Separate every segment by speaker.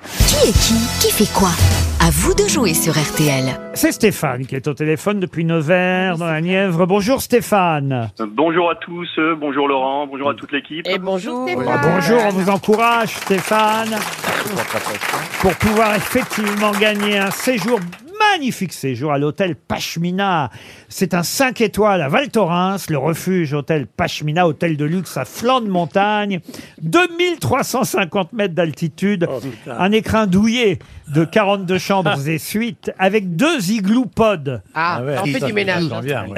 Speaker 1: Qui est qui Qui fait quoi À vous de jouer sur RTL.
Speaker 2: C'est Stéphane qui est au téléphone depuis Nevers, dans la Nièvre. Bonjour Stéphane.
Speaker 3: Euh, Bonjour à tous, euh, bonjour Laurent, bonjour à toute l'équipe.
Speaker 4: Et bonjour.
Speaker 2: Ah, bonjour, on vous encourage Stéphane pour pouvoir effectivement gagner un séjour, magnifique séjour à l'hôtel Pachmina. C'est un 5 étoiles à Val Thorens, le refuge hôtel Pachmina, hôtel de luxe à flanc de montagne, 2350 mètres d'altitude, un écrin douillet de 42 chambres et suites avec deux igloos pods.
Speaker 4: Ah, on fait du ménage.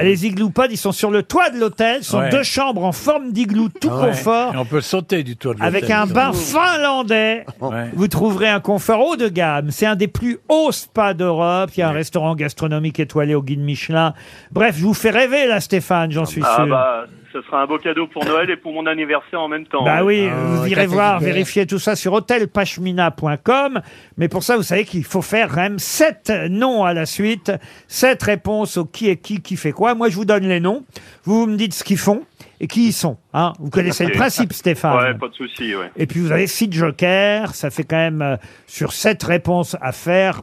Speaker 2: Les igloopodes, ils sont sur le toit de l'hôtel, sont
Speaker 5: Ouais.
Speaker 2: deux chambres en forme d'igloo, tout
Speaker 5: Ouais.
Speaker 2: confort,
Speaker 5: Et on peut sauter du toit de l'hôtel.
Speaker 2: avec un bain finlandais.
Speaker 5: Ouais.
Speaker 2: Vous trouverez un confort haut de gamme. C'est un des plus hauts spas d'Europe. Il y a un restaurant gastronomique étoilé au guide Michelin. Bref, je vous fais rêver là, Stéphane, j'en suis
Speaker 3: Ah
Speaker 2: sûr.
Speaker 3: bah, ce sera un beau cadeau pour Noël et pour mon anniversaire en même temps.
Speaker 2: Bah oui, vous
Speaker 5: ouais,
Speaker 2: irez
Speaker 5: café
Speaker 2: voir,
Speaker 5: d'hiver.
Speaker 2: vérifier tout ça sur hôtelpachmina.com. Mais pour ça, vous savez qu'il faut faire même sept noms à la suite, sept réponses au qui est qui, qui fait quoi. Moi, je vous donne les noms. Vous, vous me dites ce qu'ils font et qui ils sont. Hein vous connaissez le
Speaker 3: Ok.
Speaker 2: principe, Stéphane.
Speaker 3: Ouais, pas de souci, ouais.
Speaker 2: Et puis vous avez six jokers, ça fait quand même euh, sur sept réponses à faire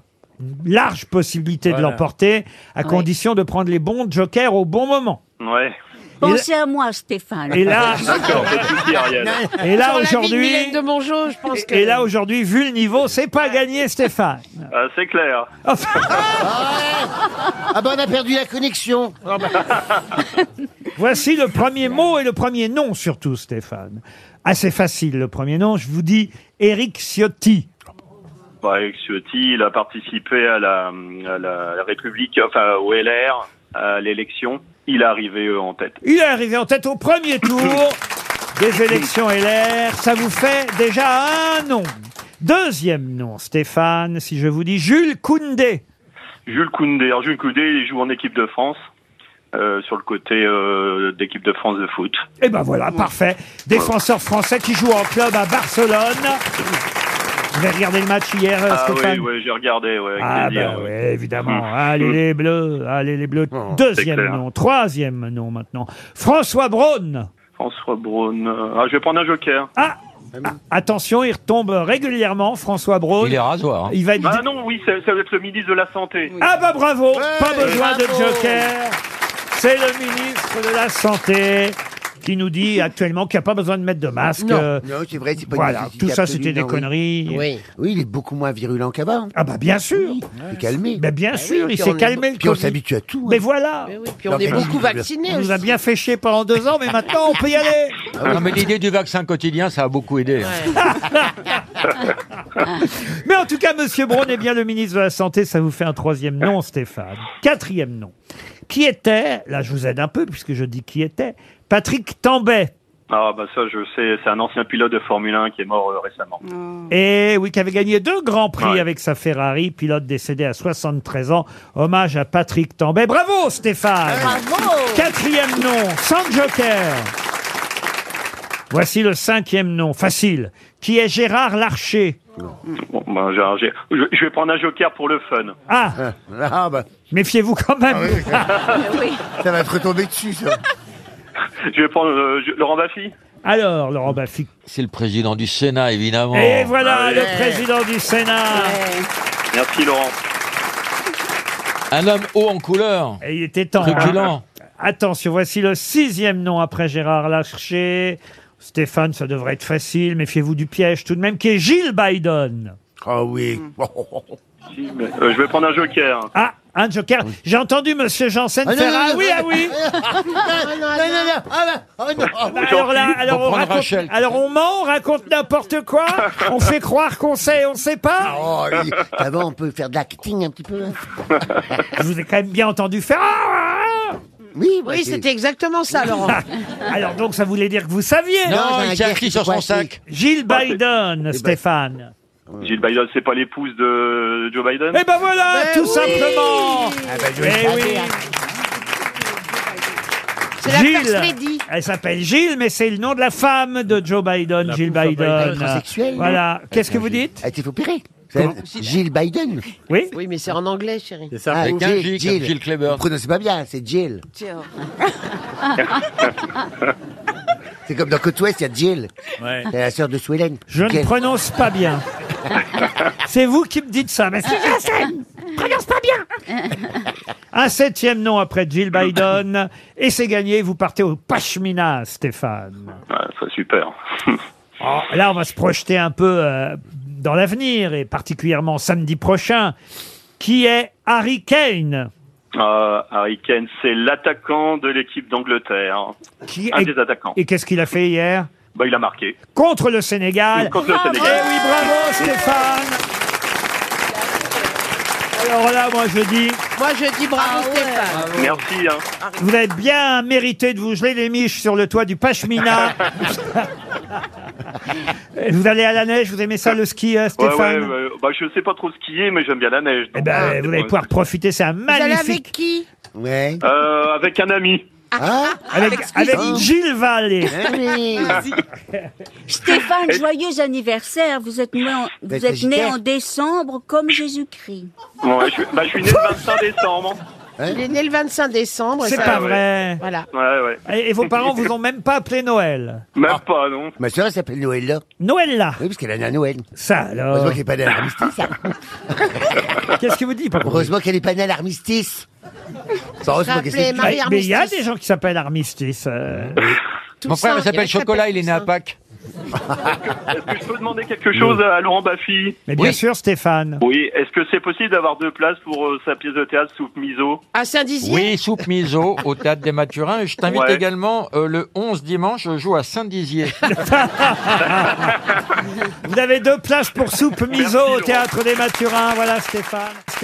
Speaker 2: une large possibilité de
Speaker 5: Voilà.
Speaker 2: l'emporter, à condition de prendre les bons jokers au bon moment.
Speaker 3: Ouais.
Speaker 6: Pensez à moi, Stéphane.
Speaker 2: Et là,
Speaker 3: D'accord, pas de souci, Ariel.
Speaker 2: et là
Speaker 4: Sur la vie de
Speaker 2: aujourd'hui,
Speaker 4: Mylène de Mongeau, je pense que...
Speaker 2: et là aujourd'hui, vu le niveau, c'est pas gagné, Stéphane.
Speaker 3: Ah, c'est clair.
Speaker 7: Ah bah on a perdu la connexion.
Speaker 2: Voici le premier mot et le premier nom surtout, Stéphane. Assez facile le premier nom. Je vous dis Eric Ciotti.
Speaker 3: Bah, avec Ciotti, il a participé à la, à la République, enfin au LR, à l'élection. Il est arrivé euh, en tête.
Speaker 2: Il est arrivé en tête au premier tour des élections LR. Ça vous fait déjà un nom. Deuxième nom, Stéphane, si je vous dis Jules Koundé.
Speaker 3: Jules Koundé. Alors, Jules Koundé, il joue en équipe de France, euh, sur le côté euh, d'équipe de France de foot.
Speaker 2: Eh ben voilà, parfait. Défenseur français qui joue en club à Barcelone. Vous avez regardé le match hier, euh,
Speaker 3: Ah oui,
Speaker 2: Stéphane
Speaker 3: ouais, j'ai regardé, ouais, avec hein.
Speaker 2: Ah
Speaker 3: plaisir.
Speaker 2: bah
Speaker 3: ouais.
Speaker 2: ouais, évidemment. Allez les bleus, allez les bleus. Deuxième
Speaker 3: Hmm. c'est clair.
Speaker 2: nom, troisième nom maintenant. François Braun.
Speaker 3: François Braun. euh, Ah, je vais prendre un joker.
Speaker 2: Ah, ah, attention, il retombe régulièrement, François Braun.
Speaker 8: Il est rasoir. hein.
Speaker 2: Il va être
Speaker 3: Ah non, oui, ça, ça va être le ministre de la Santé.
Speaker 2: Ah bah bravo, pas besoin de
Speaker 7: bravo.
Speaker 2: joker. C'est le ministre de la Santé qui nous dit actuellement qu'il n'y a pas besoin de mettre de masque. Euh,
Speaker 7: Non, c'est vrai, c'est pas une
Speaker 2: voilà,
Speaker 7: nécessité
Speaker 2: tout ça
Speaker 7: absolue,
Speaker 2: c'était des
Speaker 7: non, oui.
Speaker 2: conneries.
Speaker 4: Oui.
Speaker 7: Oui, il est beaucoup moins virulent qu'avant.
Speaker 2: Ah bah bien sûr.
Speaker 7: Il est calmé.
Speaker 2: Bah bien sûr, il
Speaker 4: puis
Speaker 2: s'est
Speaker 4: on est-
Speaker 2: calmé le
Speaker 7: Puis on
Speaker 2: Covid.
Speaker 7: s'habitue à tout.
Speaker 2: Mais
Speaker 7: hein.
Speaker 2: voilà,
Speaker 4: Mais oui, puis on est beaucoup vaccinés
Speaker 2: on nous a
Speaker 4: aussi.
Speaker 2: bien fait chier pendant deux ans, mais maintenant on peut y aller.
Speaker 5: Ah
Speaker 8: Non, mais l'idée du vaccin quotidien, ça a beaucoup aidé. hein.
Speaker 2: Mais en tout cas, Monsieur Braun est bien le ministre de la Santé. Ça vous fait un troisième nom, Stéphane. Quatrième nom. Qui était, là je vous aide un peu puisque je dis qui était, Patrick Tambay.
Speaker 3: Ah bah ça, je sais, c'est un ancien pilote de Formule 1 qui est mort euh, récemment.
Speaker 2: Ah Et Eh oui, qui avait gagné deux grands prix
Speaker 3: Ouais.
Speaker 2: avec sa Ferrari, pilote décédé à 73 ans. Hommage à Patrick Tambay. Bravo Stéphane Quatrième nom, sans joker. Voici le cinquième nom, facile, qui est Gérard Larcher.
Speaker 3: Bon, bah, j'ai un- j'ai- je, je vais prendre un joker pour le fun.
Speaker 2: Ah,
Speaker 7: Ah bah,
Speaker 2: méfiez-vous quand même.
Speaker 7: ça va te retomber dessus, ça.
Speaker 3: Je vais prendre euh, je- Laurent Baffy.
Speaker 2: Alors, Laurent Baffy.
Speaker 8: C'est le président du Sénat, évidemment.
Speaker 7: Oh.
Speaker 2: Et voilà
Speaker 7: Ah
Speaker 2: le président du Sénat.
Speaker 3: Merci Laurent.
Speaker 8: Un homme haut en couleur,
Speaker 2: Et il était
Speaker 7: Ah.
Speaker 2: temps. hein.
Speaker 8: truculent.
Speaker 2: Attention, voici le sixième nom après Gérard Larcher. Stéphane, ça devrait être facile, méfiez-vous du piège tout de même, qui est Gilles Biden.
Speaker 7: Ah oui.
Speaker 3: Si, mais, euh, je vais prendre un joker.
Speaker 2: Ah, un joker. J'ai entendu Monsieur Janssen
Speaker 7: Ah, non,
Speaker 2: faire
Speaker 7: non,
Speaker 2: ah
Speaker 7: non,
Speaker 2: oui,
Speaker 7: non.
Speaker 2: ah oui.
Speaker 7: non, non, non. Ah bah, oh non. Ah bah.
Speaker 2: Alors là, alors on,
Speaker 8: Faut prendre
Speaker 2: raconte-
Speaker 8: Rachel.
Speaker 2: alors on ment, on raconte n'importe quoi, on fait croire qu'on sait, on sait pas.
Speaker 7: Oh, oui. Ça va, on peut faire de l'acting un petit peu. hein.
Speaker 2: Je Ah, vous ai quand même bien entendu faire. Ah, ah,
Speaker 7: Oui, bah,
Speaker 4: Oui,
Speaker 7: c'est-
Speaker 4: c'était exactement ça, Laurent.
Speaker 2: ah. Alors donc ça voulait dire que vous saviez.
Speaker 8: Non,
Speaker 7: Non, Eh un
Speaker 8: il s'est
Speaker 7: gars
Speaker 8: inscrit
Speaker 7: qui
Speaker 8: sur son
Speaker 7: croit-
Speaker 8: sac.
Speaker 2: Gilles
Speaker 3: Ah, c'est-
Speaker 7: ben,
Speaker 2: Biden, Stéphane.
Speaker 3: Gilles Biden, c'est pas l'épouse de Joe Biden
Speaker 2: Eh ben voilà, tout simplement.
Speaker 7: Ah bah, je-
Speaker 2: Eh oui.
Speaker 4: C'est la
Speaker 2: Gilles.
Speaker 4: First Lady.
Speaker 2: Elle s'appelle Gilles, mais c'est le nom de la femme de Joe Biden,
Speaker 5: La
Speaker 2: Gilles
Speaker 5: pauvre
Speaker 2: Biden.
Speaker 7: Transsexuelle, non
Speaker 2: Voilà. Qu'est-ce que vous dites
Speaker 7: Elle s'est fait opérer. Ça- Gilles Biden.
Speaker 2: Oui.
Speaker 4: Oui, mais c'est en anglais, chérie.
Speaker 5: C'est ça.
Speaker 7: Ah,
Speaker 8: Avec un J, comme Gilles Kleber.
Speaker 7: Vous prononcez pas bien, c'est Jill. C'est comme dans Côte-Ouest, il y a Jill.
Speaker 5: Ouais.
Speaker 7: C'est la sœur de Swellen.
Speaker 2: Je ne prononce pas bien. C'est vous qui me dites ça, mais c'est Janssen Prononce pas bien Un septième nom après Jill Biden, et c'est gagné, vous partez au Pashmina, Stéphane.
Speaker 3: Ah, ça, super.
Speaker 2: Oh, Là, on va se projeter un peu euh, dans l'avenir, et particulièrement samedi prochain. Qui est Harry Kane
Speaker 3: Euh, Harry Kane, c'est l'attaquant de l'équipe d'Angleterre.
Speaker 2: qui
Speaker 3: Un
Speaker 2: est-
Speaker 3: des attaquants.
Speaker 2: Et qu'est-ce qu'il a fait hier
Speaker 3: Bah, il a marqué.
Speaker 2: Contre le Sénégal.
Speaker 3: Contre le
Speaker 2: Eh
Speaker 3: Sénégal.
Speaker 2: oui, bravo Stéphane Alors là, moi je dis,
Speaker 4: Moi, je dis bravo Stéphane.
Speaker 3: Merci. Hein.
Speaker 2: vous avez bien mérité de vous geler les miches sur le toit du Pachemina. vous allez à la neige, vous aimez ça le ski, euh,
Speaker 3: Ouais,
Speaker 2: Stéphane
Speaker 3: ouais, ouais. Bah, je sais pas trop skier, mais j'aime bien la neige.
Speaker 2: Eh
Speaker 3: donc,
Speaker 2: ben,
Speaker 3: euh, c'est
Speaker 2: vous allez
Speaker 3: bon.
Speaker 2: pouvoir profiter, c'est un
Speaker 4: Vous allez
Speaker 2: magnifique...
Speaker 4: avec qui
Speaker 7: Ouais.
Speaker 3: Euh, avec un ami.
Speaker 7: Hein
Speaker 2: Avec, avec Gilles Vallée.
Speaker 4: Ah,
Speaker 6: Allez. Stéphane, joyeux anniversaire. Vous êtes né en, vous
Speaker 7: êtes
Speaker 6: êtes né
Speaker 7: Sagittaire.
Speaker 6: en décembre comme Jésus-Christ.
Speaker 3: Ouais, je, suis- bah, je suis né le 25 décembre.
Speaker 7: Hein
Speaker 4: Il est né le 25 décembre. et
Speaker 2: C'est
Speaker 4: ça-
Speaker 2: pas vrai.
Speaker 4: Voilà.
Speaker 3: Ouais, ouais.
Speaker 2: Et, et vos parents vous ont même pas appelé Noël.
Speaker 3: Même pas, non.
Speaker 7: Ma soeur s'appelle Noël là.
Speaker 2: Noël là.
Speaker 7: Oui, parce qu'elle a né à Noël.
Speaker 2: Ça
Speaker 7: Heureusement
Speaker 2: alors.
Speaker 7: qu'elle n'est pas née à l'armistice. ça.
Speaker 2: Qu'est-ce qu'il vous dit papa
Speaker 7: Heureusement qu'elle n'est pas née à l'armistice. Heureusement qu'elle
Speaker 4: Rappelez
Speaker 7: s'est-
Speaker 4: ma- Marie
Speaker 2: Ouais, Bah, mais il y a
Speaker 4: Armistice.
Speaker 2: des gens qui s'appellent armistice. euh.
Speaker 8: Mon frère, il s'appelle Chocolat, il est né à
Speaker 4: pas.
Speaker 8: Pâques.
Speaker 3: Est-ce que je peux demander quelque chose à Laurent Baffy
Speaker 2: Mais bien
Speaker 8: Oui.
Speaker 2: sûr, Stéphane.
Speaker 3: Oui, est-ce que c'est possible d'avoir deux places pour euh, sa pièce de théâtre sous Miso
Speaker 4: À Saint-Dizier
Speaker 8: Oui, soupe miso au théâtre des Mathurins. Et je t'invite
Speaker 3: Ouais.
Speaker 8: également euh, le 11 dimanche, je joue à Saint-Dizier.
Speaker 2: Vous avez deux places pour soupe miso
Speaker 3: Merci,
Speaker 2: au
Speaker 3: Laurent.
Speaker 2: théâtre des Mathurins. Voilà, Stéphane.